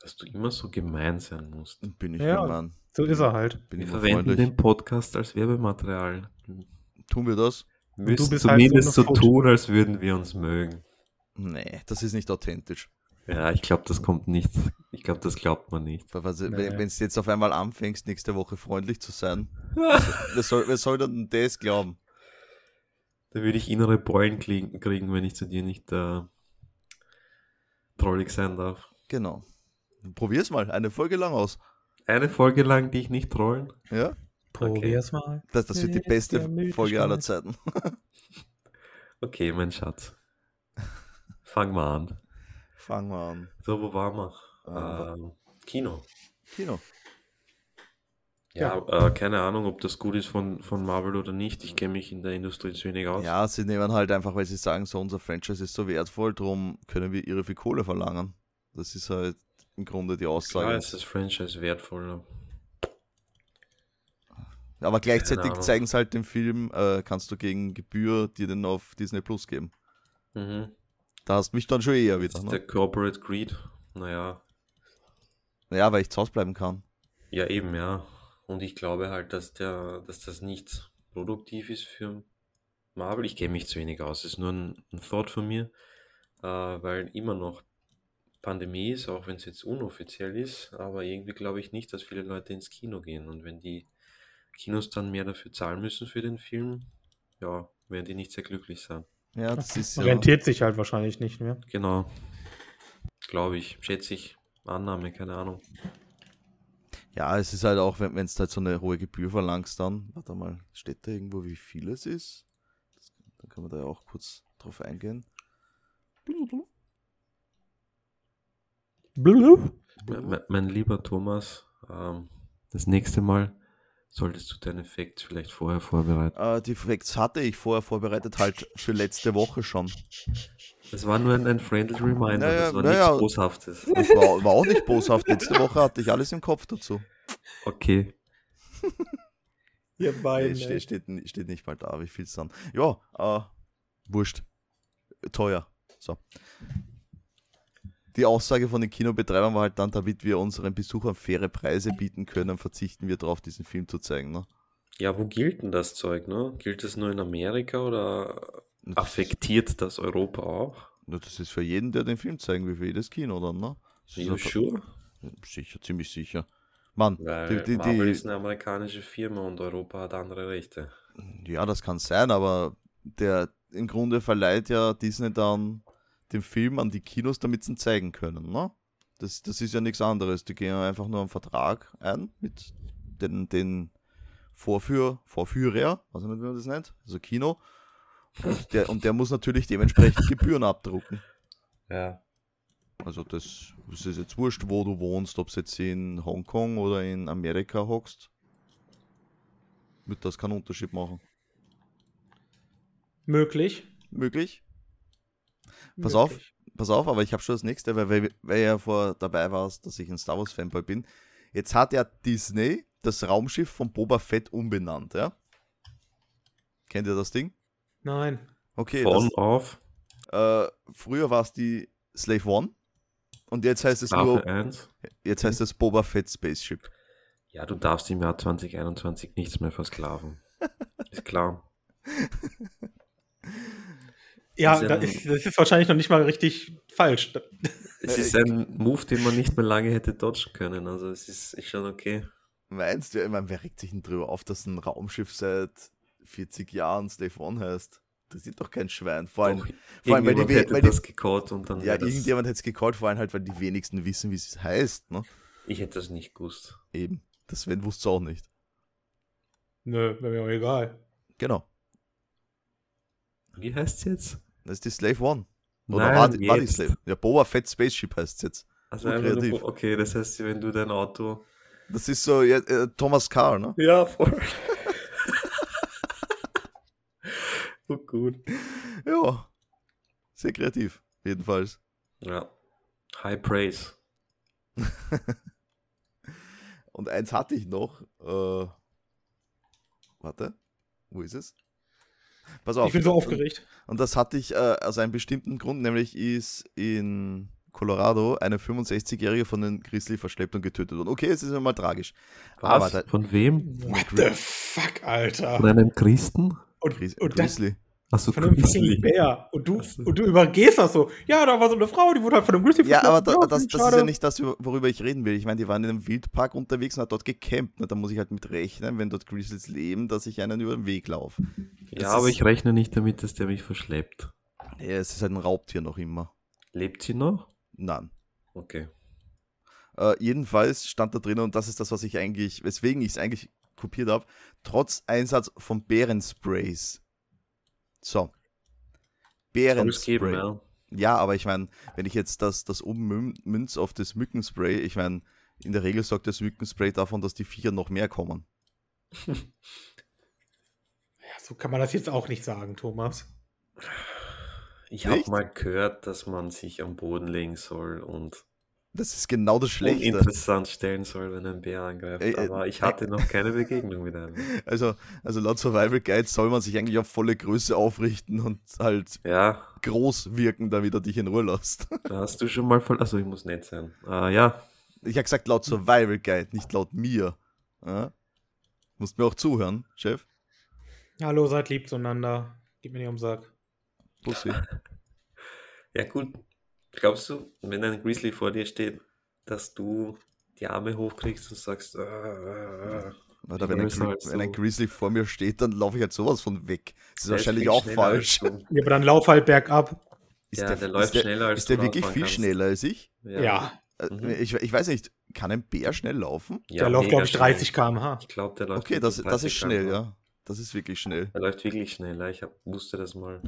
[SPEAKER 3] Dass du immer so gemein sein musst.
[SPEAKER 2] Bin ich
[SPEAKER 1] Ja,
[SPEAKER 2] gemein.
[SPEAKER 1] So ist er halt.
[SPEAKER 2] Hm, Bin
[SPEAKER 3] Wir
[SPEAKER 2] ich immer
[SPEAKER 3] verwenden
[SPEAKER 2] freundlich.
[SPEAKER 3] den Podcast als Werbematerial. Wir
[SPEAKER 2] Tun wir das?
[SPEAKER 3] müssen
[SPEAKER 1] bist halt
[SPEAKER 3] zumindest
[SPEAKER 1] so
[SPEAKER 3] so
[SPEAKER 1] eine Frucht.
[SPEAKER 3] tun, als würden wir uns mögen.
[SPEAKER 2] Nee, das ist nicht authentisch.
[SPEAKER 3] Ja, ich glaube, das kommt nicht. Ich glaube, das glaubt man nicht.
[SPEAKER 2] Weil, weil,
[SPEAKER 1] Nee.
[SPEAKER 2] Wenn du jetzt auf einmal anfängst, nächste Woche freundlich zu sein, wer soll, wer soll denn das glauben?
[SPEAKER 3] Da würde ich innere Beulen kriegen, kriegen wenn ich zu dir nicht äh, trollig sein darf.
[SPEAKER 2] Genau. Probier's mal, eine Folge lang aus.
[SPEAKER 3] eine Folge lang dich nicht trollen?
[SPEAKER 2] Ja,
[SPEAKER 1] Probier's mal.
[SPEAKER 2] das, das wird die
[SPEAKER 1] Ist der
[SPEAKER 2] beste
[SPEAKER 1] müde
[SPEAKER 2] Folge aller
[SPEAKER 1] Scheiß.
[SPEAKER 2] Zeiten.
[SPEAKER 3] Okay, mein Schatz. Fang mal an.
[SPEAKER 2] Fangen wir an.
[SPEAKER 3] So, wo waren wir?
[SPEAKER 2] Ah,
[SPEAKER 3] Ähm, Äh, Kino.
[SPEAKER 2] Kino.
[SPEAKER 3] Ja, Äh, keine Ahnung, ob das gut ist von, von Marvel oder nicht. Ich kenne mich in der Industrie zu wenig aus.
[SPEAKER 2] Ja, sie nehmen halt einfach, weil sie sagen, so unser Franchise ist so wertvoll, darum können wir ihre viel Kohle verlangen. Das ist halt im Grunde die
[SPEAKER 3] Klar
[SPEAKER 2] Aussage.
[SPEAKER 3] ist das Franchise wertvoll. ne?
[SPEAKER 2] Aber gleichzeitig
[SPEAKER 3] Keine Ahnung.
[SPEAKER 2] zeigen sie halt den Film, äh, kannst du gegen Gebühr dir den auf Disney Plus geben.
[SPEAKER 3] Mhm.
[SPEAKER 2] Da hast mich dann schon eher
[SPEAKER 3] Das
[SPEAKER 2] wieder.
[SPEAKER 3] ist
[SPEAKER 2] Ne?
[SPEAKER 3] der Corporate Greed. Naja,
[SPEAKER 2] Ja, weil ich zu Hause bleiben kann.
[SPEAKER 3] Ja, eben, ja. Und ich glaube halt, dass der, dass das nicht produktiv ist für Marvel. Ich kenne mich zu wenig aus. Ist nur ein, ein Thought von mir, äh, weil immer noch Pandemie ist, auch wenn es jetzt unoffiziell ist. Aber irgendwie glaube ich nicht, dass viele Leute ins Kino gehen. Und wenn die Kinos dann mehr dafür zahlen müssen für den Film, ja, werden die nicht sehr glücklich sein.
[SPEAKER 2] Ja, das ist ja.
[SPEAKER 1] Rentiert sich halt wahrscheinlich nicht mehr.
[SPEAKER 3] Genau. Glaube ich, schätze ich. Annahme, keine Ahnung.
[SPEAKER 2] Ja, es ist halt auch, wenn es halt so eine hohe Gebühr verlangst, dann, warte mal, steht da irgendwo, wie viel es ist? Das, dann können wir da ja auch kurz drauf eingehen.
[SPEAKER 1] Blub.
[SPEAKER 3] Me- me- Mein lieber Thomas, ähm, das nächste Mal solltest du deine Facts vielleicht vorher vorbereiten.
[SPEAKER 2] Äh, die Facts hatte ich vorher vorbereitet, halt für letzte Woche schon.
[SPEAKER 3] Das war nur ein, ein friendly reminder,
[SPEAKER 2] Naja,
[SPEAKER 3] das war
[SPEAKER 2] naja.
[SPEAKER 3] nichts Boshaftes.
[SPEAKER 2] Das war, war auch nicht boshaft. Letzte Woche hatte ich alles im Kopf dazu.
[SPEAKER 3] Okay,
[SPEAKER 1] Ihr
[SPEAKER 2] Nee, steht, Äh, steht, ni- steht nicht mal da, wie viel es dann. Ja, äh, wurscht. Teuer. So. Die Aussage von den Kinobetreibern war halt dann, damit wir unseren Besuchern faire Preise bieten können, verzichten wir darauf, diesen Film zu zeigen. Ne?
[SPEAKER 3] ja, wo gilt denn das Zeug, ne? Gilt das nur in Amerika oder affektiert das Europa auch?
[SPEAKER 2] Na, das ist für jeden, der den Film zeigen will, für jedes Kino dann, ne? Das ist
[SPEAKER 3] Are you
[SPEAKER 2] einfach-
[SPEAKER 3] sure?
[SPEAKER 2] Sicher, ziemlich sicher. Mann,
[SPEAKER 3] Weil
[SPEAKER 2] die, die,
[SPEAKER 3] Marvel ist
[SPEAKER 2] die,
[SPEAKER 3] eine amerikanische Firma und Europa hat andere Rechte.
[SPEAKER 2] ja, das kann sein, aber der im Grunde verleiht ja Disney dann den Film an die Kinos, damit sie ihn zeigen können, ne? Das, das ist ja nichts anderes. Die gehen ja einfach nur einen Vertrag ein mit den, den Vorführ, Vorführer, weiß ich nicht, wie man das nennt, also Kino. Und der, und der muss natürlich dementsprechend Gebühren abdrucken.
[SPEAKER 3] Ja.
[SPEAKER 2] Also das, es ist jetzt wurscht, wo du wohnst, ob es jetzt in Hongkong oder in Amerika hockst. Wird das keinen Unterschied machen.
[SPEAKER 1] Möglich.
[SPEAKER 2] Möglich? Pass
[SPEAKER 1] Möglich.
[SPEAKER 2] auf. Pass auf, aber ich habe schon das nächste, weil, weil, weil ja vor dabei warst, dass ich ein Star Wars Fanboy bin. Jetzt hat ja Disney das Raumschiff von Boba Fett umbenannt, ja? Kennt ihr das Ding?
[SPEAKER 1] Nein.
[SPEAKER 2] Okay,
[SPEAKER 3] Von auf,
[SPEAKER 2] das, äh, früher war es die Slave One und jetzt heißt es
[SPEAKER 3] Staffel
[SPEAKER 2] nur,
[SPEAKER 3] 1.
[SPEAKER 2] jetzt heißt es Boba Fett Spaceship.
[SPEAKER 3] Ja, du darfst im Jahr 2021 nichts mehr versklaven. Ist klar.
[SPEAKER 1] Ja,
[SPEAKER 3] Ist ja
[SPEAKER 1] da
[SPEAKER 3] ein-
[SPEAKER 1] ist, das ist wahrscheinlich noch nicht mal richtig falsch. Da-
[SPEAKER 3] Es
[SPEAKER 2] Äh,
[SPEAKER 3] ist ein Move, den man nicht mehr lange hätte dodgen können. Also es ist, ist schon okay.
[SPEAKER 2] Meinst du, ich meine, wer regt sich denn drüber auf, dass ein Raumschiff seit 40 Jahren Slave One heißt? Das sieht doch kein Schwein. Vor allem,
[SPEAKER 3] Doch,
[SPEAKER 2] vor allem weil, die,
[SPEAKER 3] irgendjemand
[SPEAKER 2] we-
[SPEAKER 3] hätte
[SPEAKER 2] weil die,
[SPEAKER 3] das gekaut und dann
[SPEAKER 2] ja,
[SPEAKER 3] wär das,
[SPEAKER 2] irgendjemand hätte es gecallt, vor allem halt, weil die wenigsten wissen, wie es heißt, ne?
[SPEAKER 3] Ich hätte das nicht gewusst.
[SPEAKER 2] Eben. Das Sven wusste auch nicht.
[SPEAKER 1] Nö, wäre mir auch egal.
[SPEAKER 2] Genau.
[SPEAKER 3] Wie heißt es jetzt?
[SPEAKER 2] Das ist die Slave One. Oder
[SPEAKER 3] Nein,
[SPEAKER 2] war, die, war die
[SPEAKER 3] jetzt.
[SPEAKER 2] Slave? Ja, Boba Fett Spaceship heißt es jetzt.
[SPEAKER 3] Also
[SPEAKER 2] Gut
[SPEAKER 3] einfach
[SPEAKER 2] kreativ.
[SPEAKER 3] nur, okay, das heißt, wenn du dein Auto.
[SPEAKER 2] Das ist so ja, äh, Thomas Carr, ne?
[SPEAKER 3] Ja, voll. oh, gut.
[SPEAKER 2] Ja. Sehr kreativ, jedenfalls.
[SPEAKER 3] Ja. High Praise.
[SPEAKER 2] Und eins hatte ich noch. Äh, warte. Wo ist es? Pass auf.
[SPEAKER 1] Ich bin so aufgeregt.
[SPEAKER 2] Und das hatte ich äh, aus einem bestimmten Grund, nämlich ist in Colorado eine 65-Jährige von den Grizzly verschleppt und getötet worden. Okay, es ist immer tragisch. Aber da-
[SPEAKER 3] Von wem?
[SPEAKER 1] What the fuck, Alter?
[SPEAKER 3] Von einem Christen?
[SPEAKER 1] Und,
[SPEAKER 2] Grizz
[SPEAKER 1] und das
[SPEAKER 2] Grizzly.
[SPEAKER 3] Achso,
[SPEAKER 1] von einem fucking Bär. Und du, und du übergehst das so. Ja, da war so eine Frau, die wurde halt von einem Grizzly
[SPEAKER 2] Ja, aber da,
[SPEAKER 1] verschleppt.
[SPEAKER 2] das, das ist
[SPEAKER 1] schade.
[SPEAKER 2] ja nicht das, über- worüber ich reden will. Ich meine, die waren in einem Wildpark unterwegs und hat dort gecampt. Na, da muss ich halt mit rechnen, wenn dort Grizzlies leben, dass ich einen über den Weg laufe.
[SPEAKER 3] Ja,
[SPEAKER 2] Das
[SPEAKER 3] aber
[SPEAKER 2] ist-
[SPEAKER 3] ich rechne nicht damit, dass der mich verschleppt.
[SPEAKER 2] Ja, es ist halt ein Raubtier noch immer.
[SPEAKER 3] Lebt sie noch?
[SPEAKER 2] Nein.
[SPEAKER 3] Okay.
[SPEAKER 2] Äh, jedenfalls stand da drin, und das ist das, was ich eigentlich, weswegen ich es eigentlich kopiert habe, trotz Einsatz von Bärensprays. So.
[SPEAKER 3] Soll es
[SPEAKER 2] Bärenspray.
[SPEAKER 3] geben, ja.
[SPEAKER 2] Ja, aber ich meine, wenn ich jetzt das, das ummünz auf das Mückenspray, ich meine, in der Regel sorgt das Mückenspray davon, dass die Viecher noch mehr kommen.
[SPEAKER 1] Ja, so kann man das jetzt auch nicht sagen, Thomas.
[SPEAKER 3] Ich habe
[SPEAKER 2] Nicht?
[SPEAKER 3] mal gehört, dass man sich am Boden legen soll und
[SPEAKER 2] Das ist genau das Schlechte.
[SPEAKER 3] interessant stellen soll, wenn ein Bär angreift.
[SPEAKER 2] Äh, äh,
[SPEAKER 3] Aber ich hatte noch keine Begegnung mit einem.
[SPEAKER 2] Also, also laut Survival Guide soll man sich eigentlich auf volle Größe aufrichten und halt
[SPEAKER 3] Ja,
[SPEAKER 2] groß wirken, damit er dich in Ruhe lässt.
[SPEAKER 3] da hast du schon mal voll. Also ich muss nett sein. Ah ja,
[SPEAKER 2] Ich habe gesagt laut Survival Guide, nicht laut mir. Ja? Musst mir auch zuhören, Chef.
[SPEAKER 1] Hallo, seid lieb zueinander. Gib mir nicht um den Sack.
[SPEAKER 2] Pussy.
[SPEAKER 3] ja gut. Glaubst du, wenn ein Grizzly vor dir steht, dass du die Arme hochkriegst und sagst, "Ah, ah, ah."
[SPEAKER 2] Oder wenn ein,
[SPEAKER 3] Größer
[SPEAKER 2] Gri
[SPEAKER 3] als
[SPEAKER 2] wenn ein
[SPEAKER 3] du.
[SPEAKER 2] Grizzly vor mir steht, dann laufe ich halt sowas von weg. Das ist
[SPEAKER 3] Der
[SPEAKER 2] wahrscheinlich
[SPEAKER 3] viel
[SPEAKER 2] auch
[SPEAKER 3] schneller als
[SPEAKER 2] falsch.
[SPEAKER 3] du.
[SPEAKER 1] Ja, aber dann lauf halt bergab.
[SPEAKER 2] Ist
[SPEAKER 3] ja, der, läuft
[SPEAKER 2] ist der,
[SPEAKER 3] schneller als
[SPEAKER 2] Ist der
[SPEAKER 3] du
[SPEAKER 2] wirklich
[SPEAKER 3] laufen
[SPEAKER 2] viel
[SPEAKER 3] kannst.
[SPEAKER 2] schneller als ich?
[SPEAKER 1] Ja,
[SPEAKER 2] Äh,
[SPEAKER 3] Mhm.
[SPEAKER 2] ich? Ich weiß nicht, kann ein Bär schnell laufen?
[SPEAKER 3] Ja,
[SPEAKER 1] der läuft,
[SPEAKER 3] mega
[SPEAKER 1] glaube ich, 30
[SPEAKER 3] schnell.
[SPEAKER 1] km/h.
[SPEAKER 3] Ich glaube, der läuft.
[SPEAKER 2] Okay, das,
[SPEAKER 3] wirklich
[SPEAKER 2] das ist
[SPEAKER 3] 30
[SPEAKER 2] schnell,
[SPEAKER 3] km/h.
[SPEAKER 2] ja. Das ist wirklich schnell.
[SPEAKER 3] Er läuft wirklich schneller. Ich hab, wusste das mal.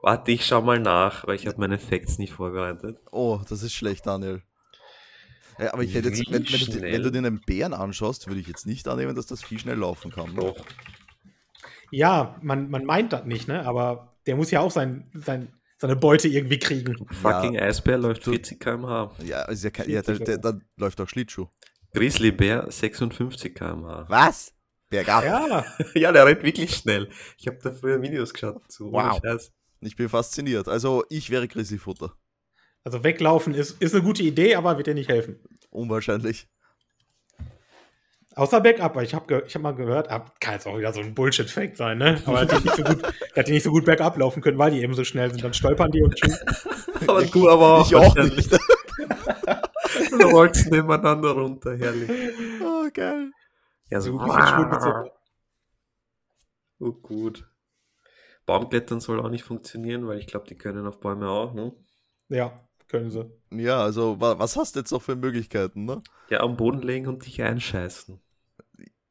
[SPEAKER 3] Warte, ich schau mal nach, weil ich habe meine Facts nicht vorbereitet.
[SPEAKER 2] Oh, das ist schlecht, Daniel. Äh, aber ich hätte jetzt,
[SPEAKER 3] Wie
[SPEAKER 2] wenn, wenn, du, di- wenn
[SPEAKER 3] schnell?
[SPEAKER 2] du dir einen Bären anschaust, würde ich jetzt nicht annehmen, dass das viel schnell laufen kann.
[SPEAKER 3] Doch.
[SPEAKER 1] Ja, man, man meint das nicht, ne? Aber der muss ja auch sein, sein, seine Beute irgendwie kriegen.
[SPEAKER 3] Fucking Eisbär läuft
[SPEAKER 2] Du-
[SPEAKER 3] 40 km/h.
[SPEAKER 2] Ja, ist ja, kein, ja der, der, dann läuft auch Schlittschuh.
[SPEAKER 3] Grizzlybär 56 km/h.
[SPEAKER 2] Was? Bergab.
[SPEAKER 1] Ja,
[SPEAKER 3] ja, der rennt wirklich schnell. Ich habe da früher Videos geschaut zu.
[SPEAKER 2] Wow.
[SPEAKER 3] Scheiß.
[SPEAKER 2] Ich bin fasziniert. Also, ich wäre Grizzlyfutter.
[SPEAKER 1] also weglaufen ist, ist eine gute Idee, aber wird dir nicht helfen.
[SPEAKER 2] Unwahrscheinlich.
[SPEAKER 1] Außer Backup, weil ich habe ich hab mal gehört, ab, kann jetzt auch wieder so ein Bullshit-Fact sein, ne? Aber dass die, nicht so gut, dass die nicht so gut bergab laufen können, weil die eben so schnell sind. Dann stolpern die und tschüss.
[SPEAKER 3] Aber
[SPEAKER 2] du aber
[SPEAKER 3] Oh,
[SPEAKER 2] auch. Ich auch nicht.
[SPEAKER 3] Du rollst nebeneinander runter, herrlich.
[SPEAKER 2] Oh, geil.
[SPEAKER 3] Ja,
[SPEAKER 1] So
[SPEAKER 3] so.
[SPEAKER 1] gut wie verschwunden sind.
[SPEAKER 3] oh, gut. Baumklettern soll auch nicht funktionieren, weil ich glaube, die können auf Bäume auch, ne?
[SPEAKER 1] Ja, können sie.
[SPEAKER 2] Ja, also, wa- was hast du jetzt noch für Möglichkeiten, ne?
[SPEAKER 3] Ja, am Boden legen und dich einscheißen.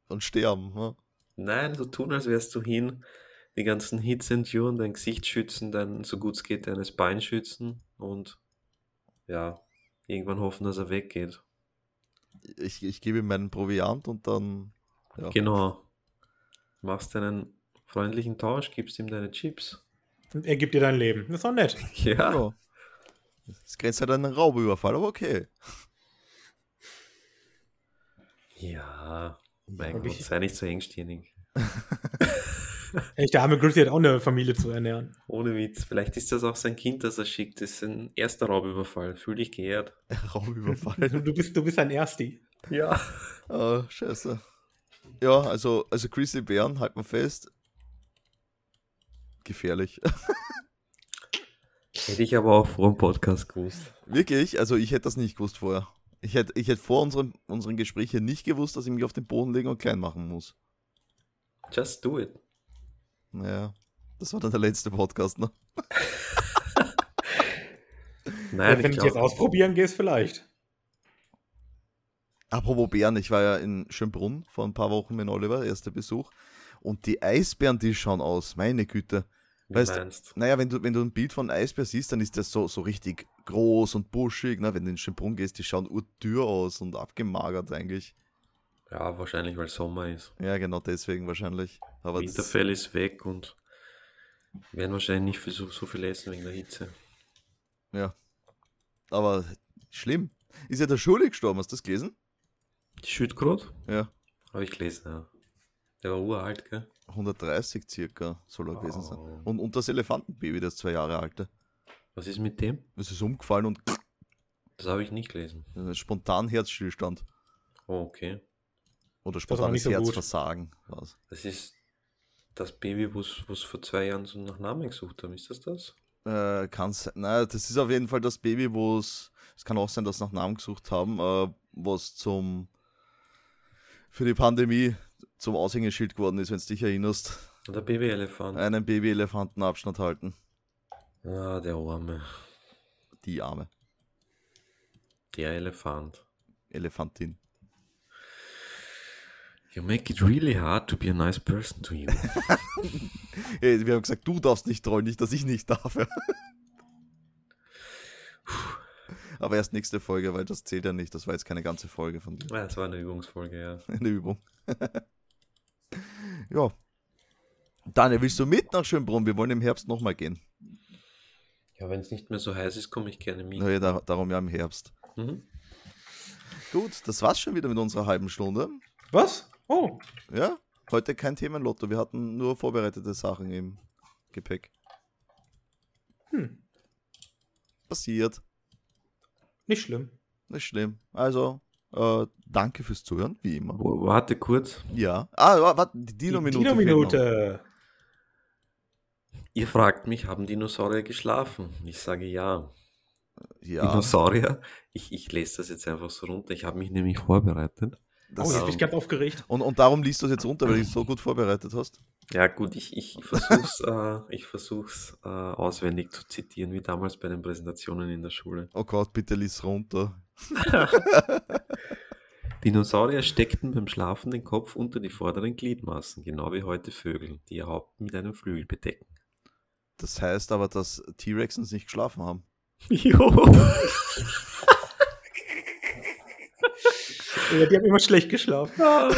[SPEAKER 2] Und sterben, ne?
[SPEAKER 3] Nein, so tun, als wärst du hin, die ganzen Hits entführen, dein Gesicht schützen, dein, so gut es geht, deines Bein schützen und ja, irgendwann hoffen, dass er weggeht.
[SPEAKER 2] Ich, ich gebe ihm meinen Proviant und dann. Ja.
[SPEAKER 3] Genau. Machst einen freundlichen Tausch, gibst ihm deine Chips.
[SPEAKER 1] Und er gibt dir dein Leben. Das ist doch nett.
[SPEAKER 3] Ja.
[SPEAKER 2] Ja. Das grenzt halt an einen Raubüberfall, aber okay.
[SPEAKER 3] Ja. Mein
[SPEAKER 1] Und
[SPEAKER 3] Gott,
[SPEAKER 1] ich-
[SPEAKER 3] sei nicht so engstirnig.
[SPEAKER 1] Echt, der arme Grizzly hat auch eine Familie zu ernähren.
[SPEAKER 3] Ohne Witz. Vielleicht ist das auch sein Kind, das er schickt. Das ist ein erster Raubüberfall. Fühl dich geehrt.
[SPEAKER 1] Du
[SPEAKER 2] Raubüberfall.
[SPEAKER 1] du bist, du bist ein Ersti.
[SPEAKER 3] Ja.
[SPEAKER 2] oh, scheiße. Ja, also, also Grizzly Bären, halt mal fest. Gefährlich.
[SPEAKER 3] Hätte ich aber auch vor dem Podcast gewusst.
[SPEAKER 2] Wirklich, also ich hätte das nicht gewusst vorher. Ich hätte, ich hätte vor unserem, unseren Gespräch hier nicht gewusst, dass ich mich auf den Boden legen und klein machen muss.
[SPEAKER 3] Just do it.
[SPEAKER 2] Naja, das war dann der letzte Podcast, ne?
[SPEAKER 1] Wenn
[SPEAKER 3] Nein,
[SPEAKER 1] du dich
[SPEAKER 3] glaub-
[SPEAKER 1] jetzt ausprobieren gehst, vielleicht.
[SPEAKER 2] Apropos Bären, ich war ja in Schönbrunn vor ein paar Wochen mit Oliver, erster Besuch. Und die Eisbären, die schauen aus, meine Güte.
[SPEAKER 3] Wie
[SPEAKER 2] Weißt du-
[SPEAKER 3] meinst.
[SPEAKER 2] Naja, wenn du, wenn du ein Bild von Eisbär siehst, dann ist das so, so richtig groß und buschig. Ne? Wenn du in Schönbrunn gehst, die schauen urtür aus und abgemagert eigentlich.
[SPEAKER 3] Ja, wahrscheinlich, weil Sommer ist.
[SPEAKER 2] Ja, genau deswegen wahrscheinlich. Aber das,
[SPEAKER 3] Winterfell ist weg und werden wahrscheinlich nicht für so, so viel essen wegen der Hitze.
[SPEAKER 2] aber schlimm. Ist ja der Schule gestorben, hast du das gelesen?
[SPEAKER 3] Die Schüttgrot?
[SPEAKER 2] Ja.
[SPEAKER 3] Habe ich gelesen, ja. Der war uralt, gell?
[SPEAKER 2] 130 circa soll er gewesen sein.
[SPEAKER 3] Oh.
[SPEAKER 2] Und, und das Elefantenbaby, das zwei Jahre alte.
[SPEAKER 3] Was ist mit dem?
[SPEAKER 2] Es ist umgefallen und
[SPEAKER 3] Das habe ich nicht gelesen.
[SPEAKER 2] äh, spontan Herzstillstand.
[SPEAKER 3] Oh, okay.
[SPEAKER 2] Oder
[SPEAKER 1] war
[SPEAKER 2] spontanes
[SPEAKER 1] nicht so gut.
[SPEAKER 2] Herzversagen. Was?
[SPEAKER 3] Das ist das Baby, was was vor zwei Jahren so nach Namen gesucht haben. Ist das das?
[SPEAKER 2] Äh, kann sein. Naja, das ist auf jeden Fall das Baby, wo es. Es kann auch sein, dass sie nach Namen gesucht haben, äh, was zum. für die Pandemie zum Aushängeschild geworden ist, wenn du dich erinnerst.
[SPEAKER 3] Und der Babyelefant.
[SPEAKER 2] Einen Baby-Elefanten-Abschnitt halten.
[SPEAKER 3] Ah, der Arme.
[SPEAKER 2] Die Arme.
[SPEAKER 3] Der Elefant.
[SPEAKER 2] Elefantin.
[SPEAKER 3] You make it really hard to be a nice person to you.
[SPEAKER 2] Hey, wir haben gesagt, du darfst nicht trollen, nicht, dass ich nicht darf. ja. Aber erst nächste Folge, weil das zählt ja nicht. Das war jetzt keine ganze Folge von dir.
[SPEAKER 3] Ja, das war eine Übungsfolge, ja.
[SPEAKER 2] Eine Übung. ja. Daniel, willst du mit nach Schönbrunn? Wir wollen im Herbst nochmal gehen.
[SPEAKER 3] Ja, wenn es nicht mehr so heiß ist, komme ich gerne mit.
[SPEAKER 2] Naja, da, darum ja im Herbst.
[SPEAKER 3] Mhm.
[SPEAKER 2] Gut, das war's schon wieder mit unserer halben Stunde.
[SPEAKER 1] Was? Oh,
[SPEAKER 2] Ja, heute kein Themenlotto. Wir hatten nur vorbereitete Sachen im Gepäck.
[SPEAKER 1] Hm.
[SPEAKER 2] Passiert.
[SPEAKER 1] nicht schlimm.
[SPEAKER 2] Nicht schlimm. Also, äh, danke fürs Zuhören, wie immer.
[SPEAKER 3] W- Warte kurz.
[SPEAKER 2] Ja. Ah, wa- warte, die Dino-Minute. fehlt noch.
[SPEAKER 1] Dino-Minute. Oh,
[SPEAKER 3] Ihr fragt mich, haben Dinosaurier geschlafen? Ich sage ja.
[SPEAKER 2] Ja.
[SPEAKER 3] Dinosaurier? Ich, ich lese das jetzt einfach so runter. Ich habe mich nämlich vorbereitet.
[SPEAKER 1] Oh,
[SPEAKER 2] Das,
[SPEAKER 1] jetzt bin ich ganz aufgeregt.
[SPEAKER 2] und, und darum liest du es jetzt runter, weil du es so gut vorbereitet hast.
[SPEAKER 3] Ja gut, ich, ich versuch's, äh, ich versuch's äh, auswendig zu zitieren, wie damals bei den Präsentationen in der Schule.
[SPEAKER 2] Oh Gott, bitte lies runter.
[SPEAKER 3] Dinosaurier steckten beim Schlafen den Kopf unter die vorderen Gliedmaßen, genau wie heute Vögel, die ihr Haupt mit einem Flügel bedecken.
[SPEAKER 2] Das heißt aber, dass T-Rex uns nicht geschlafen haben.
[SPEAKER 3] Jo.
[SPEAKER 1] Ja, die haben immer schlecht geschlafen.
[SPEAKER 3] Ah,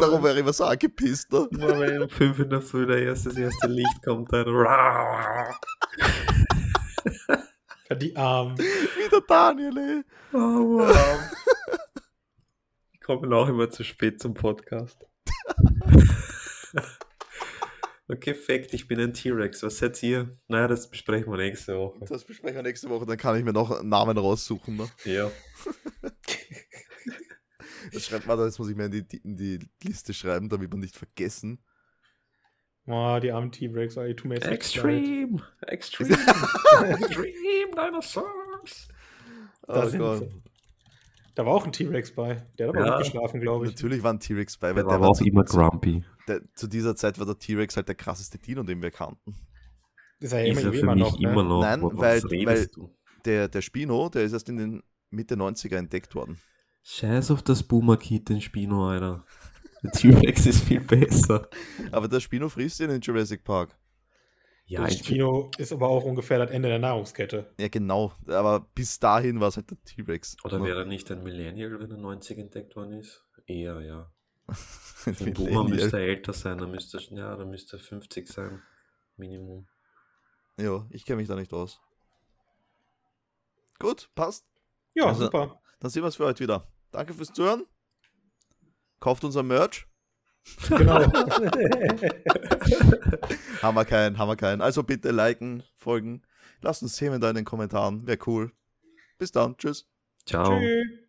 [SPEAKER 2] Darum wäre ich immer so angepisst. Ne?
[SPEAKER 3] Immer wenn um 5 in der Früh der erste, das erste Licht kommt, dann.
[SPEAKER 1] Ja, Die Armen.
[SPEAKER 2] Wie der Daniel, ey.
[SPEAKER 3] Ähm, Die kommen auch immer zu spät zum Podcast. okay, Fact, ich bin ein T-Rex. Was seid ihr? Naja, das besprechen wir nächste Woche.
[SPEAKER 2] Das besprechen wir nächste Woche, dann kann ich mir noch Namen raussuchen. Ne?
[SPEAKER 3] Ja.
[SPEAKER 2] Das schreibt man, das muss ich mir in die, die- in die Liste schreiben, damit wir nicht vergessen.
[SPEAKER 1] Oh, die armen T-Rex, ey, die tun mir jetzt echt leid.
[SPEAKER 3] Extreme! Extreme! Extreme Dinosaurs!
[SPEAKER 1] Da
[SPEAKER 2] Oh
[SPEAKER 1] sind
[SPEAKER 2] Gott.
[SPEAKER 1] sie. Da war auch ein T-Rex bei. Der hat aber
[SPEAKER 3] Ja.
[SPEAKER 1] gut geschlafen, glaube ich.
[SPEAKER 2] Natürlich war ein T-Rex bei, weil
[SPEAKER 3] Der
[SPEAKER 2] der,
[SPEAKER 3] war
[SPEAKER 2] war
[SPEAKER 3] auch
[SPEAKER 2] zu,
[SPEAKER 3] immer
[SPEAKER 2] zu,
[SPEAKER 3] grumpy.
[SPEAKER 2] der, zu dieser Zeit war der T-Rex halt der krasseste Dino, den wir kannten.
[SPEAKER 1] Ist ja
[SPEAKER 3] Ist
[SPEAKER 1] immer,
[SPEAKER 3] er für
[SPEAKER 1] immer
[SPEAKER 3] mich
[SPEAKER 1] noch.
[SPEAKER 3] immer
[SPEAKER 1] ne?
[SPEAKER 3] noch.
[SPEAKER 2] Nein,
[SPEAKER 3] Wo-
[SPEAKER 2] weil-
[SPEAKER 3] was redest du?
[SPEAKER 2] Der, der Spino, der ist erst in den Mitte 90er entdeckt worden.
[SPEAKER 3] Scheiß auf das Boomer Kid, den Spino, Alter. Der T-Rex ist viel besser.
[SPEAKER 2] Aber der Spino frisst ihn in Jurassic Park.
[SPEAKER 3] Ja,
[SPEAKER 1] das Spino ist aber auch ungefähr das Ende der Nahrungskette.
[SPEAKER 2] Ja, genau. Aber bis dahin war es halt der T-Rex.
[SPEAKER 3] Oder wäre er nicht ein Millennial, wenn er 90 entdeckt worden ist? Eher, ja.
[SPEAKER 2] Ein
[SPEAKER 3] Ein Boomer
[SPEAKER 2] Millennial.
[SPEAKER 3] müsste er älter sein, er müsste, ja, da müsste er 50 sein. Minimum.
[SPEAKER 2] Ja, ich kenne mich da nicht aus. Gut, passt.
[SPEAKER 1] Ja,
[SPEAKER 2] Also-
[SPEAKER 1] super.
[SPEAKER 2] Dann sehen wir es für heute wieder. Danke fürs Zuhören. Kauft unser Merch.
[SPEAKER 1] Genau.
[SPEAKER 2] Haben wir keinen, haben wir keinen. Also bitte liken, folgen. Lasst uns Themen da in den Kommentaren. Wäre cool. Bis dann. Tschüss.
[SPEAKER 3] Ciao.
[SPEAKER 1] Tschüss.